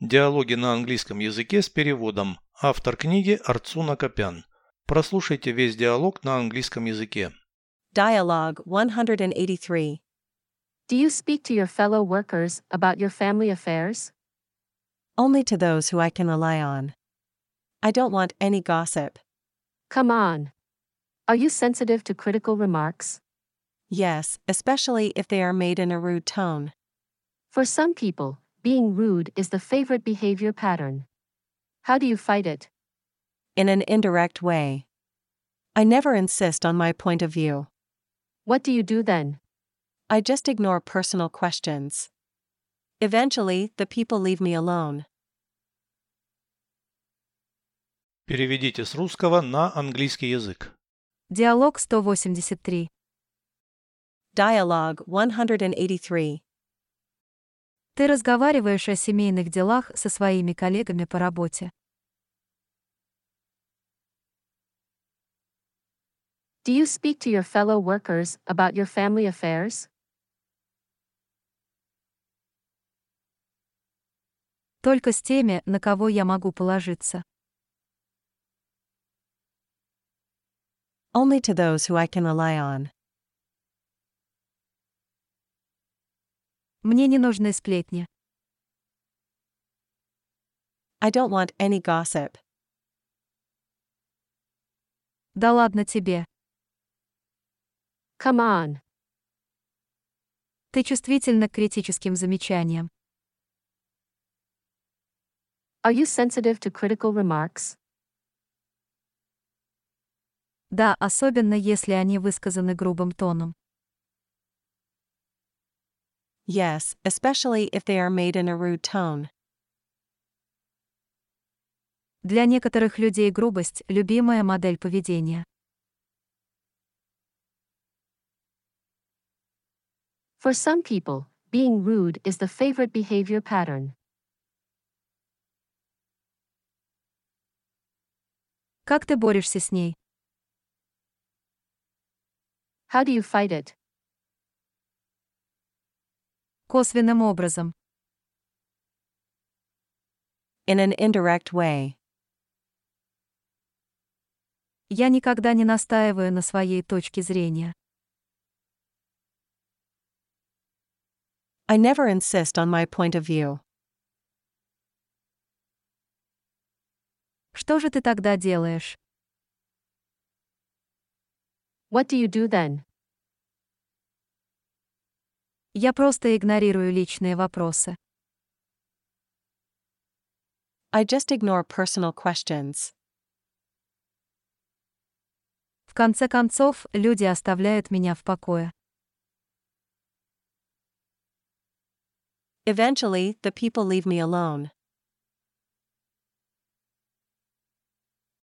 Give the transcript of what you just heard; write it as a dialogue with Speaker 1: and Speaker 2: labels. Speaker 1: Диалоги на английском языке с переводом. Автор книги Арцуна Копян. Прослушайте весь диалог на английском языке.
Speaker 2: Dialogue 183.
Speaker 3: Do you speak to your fellow workers about your family affairs?
Speaker 2: Only to those who I can rely on. I don't want any gossip.
Speaker 3: Come on. Are you sensitive to critical remarks?
Speaker 2: Yes, especially if they are made in a rude tone.
Speaker 3: For some people, being rude is the favorite behavior pattern. How do you fight it?
Speaker 2: In an indirect way. I never insist on my point of view.
Speaker 3: What do you do then?
Speaker 2: I just ignore personal questions. Eventually, the people leave me alone.
Speaker 1: Переведите с русского на английский язык.
Speaker 4: Диалог 183.
Speaker 2: Dialogue 183.
Speaker 4: Ты разговариваешь о семейных делах со своими коллегами по работе.
Speaker 3: Do you speak to your fellow workers about your family affairs?
Speaker 4: Только с теми, на кого я могу положиться.
Speaker 2: Only to those who I can rely on.
Speaker 4: Мне не нужны сплетни.
Speaker 2: I don't want any gossip.
Speaker 4: Да ладно тебе.
Speaker 3: Come on.
Speaker 4: Ты чувствительна к критическим замечаниям.
Speaker 3: Are you sensitive to critical remarks?
Speaker 4: Да, особенно если они высказаны грубым тоном.
Speaker 2: Yes, especially if they are made in a rude tone.
Speaker 4: Для некоторых людей грубость – любимая модель поведения.
Speaker 3: For some people, being rude is the favorite behavior pattern.
Speaker 4: Как ты борешься с ней?
Speaker 3: How do you fight it?
Speaker 4: Косвенным образом.
Speaker 2: In an indirect way.
Speaker 4: Я никогда не настаиваю на своей точке зрения.
Speaker 2: I never insist on my point of view.
Speaker 4: Что же ты тогда делаешь?
Speaker 3: What do you do then?
Speaker 4: Я просто игнорирую личные вопросы.
Speaker 2: I just ignore personal questions.
Speaker 4: В конце концов, люди оставляют меня в покое.
Speaker 2: Eventually, the people leave me alone.